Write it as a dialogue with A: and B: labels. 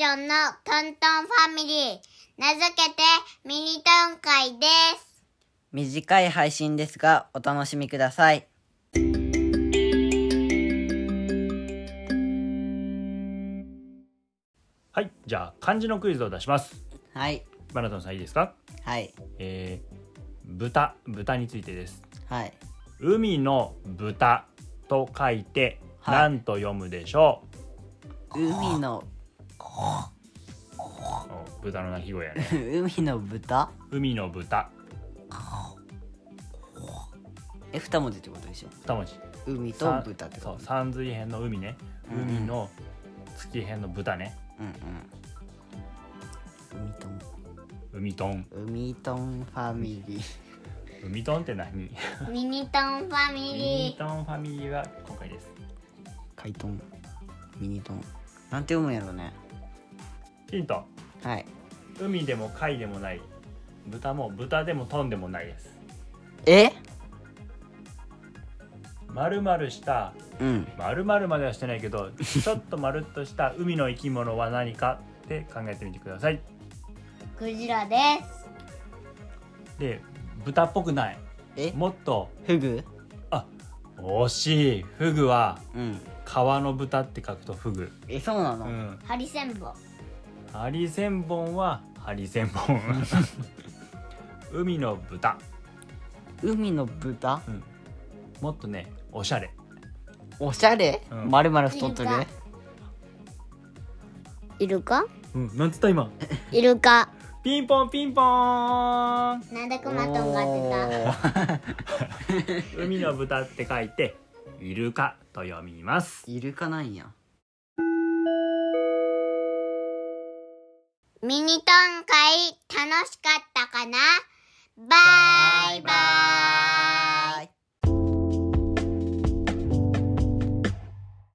A: トントンファミリー。名付けてミニトンカイです。
B: 短い配信ですがお楽しみください
C: はいじゃあ漢字のクイズを出します
B: はい
C: バナトンさんいいですか
B: はい
C: えー、豚豚についてです
B: はい
C: 海の豚と書いて
B: はい
C: 何と読むでしょ
B: 海の
C: う、お豚の鳴き声やね
B: 海の豚
C: 海の豚
B: え二文字ってことでしょ
C: 二文字
B: 海と
C: さん
B: 豚って
C: そ
B: こ
C: う
B: と
C: 山水編の海ね
B: うん
C: 海の月編の豚ね
B: うんうん海とん
C: 海豚
B: 海とんファミリー
C: 海豚って何
A: ミニトンファミ
C: 海
A: リー。
C: 豚ファミリーは今回です
B: 海とんミニとんなんて読むんやろね
C: ヒント
B: はい
C: 海でも貝でもない豚も豚でも豚でもないです
B: え
C: 丸々した
B: うん
C: 丸々まではしてないけ どちょっと丸っとした海の生き物は何かって考えてみてください
A: クジラです。
C: で豚っぽくない
B: え
C: もっと
B: フグ
C: 惜しいフグは
B: うん
C: 川の豚って書くとフグ、
B: えそうな
C: う
B: の、
C: ん、
A: ハリセンボン。
C: ハリセンボンはハリセンボ ン海の豚、
B: 海の豚
C: うん、もっとねおしゃれ
B: おしゃれ、
C: うん
B: まるまる太ってる
A: イルイルカ
C: うんなんつった今
A: イルカ。
C: ピンポンピンポーン
A: なんでクマトンが出た
B: おー
C: 海の豚って書いてイルカと読みます
B: イルカなんや
A: ミニトンカイ楽しかったかなバイ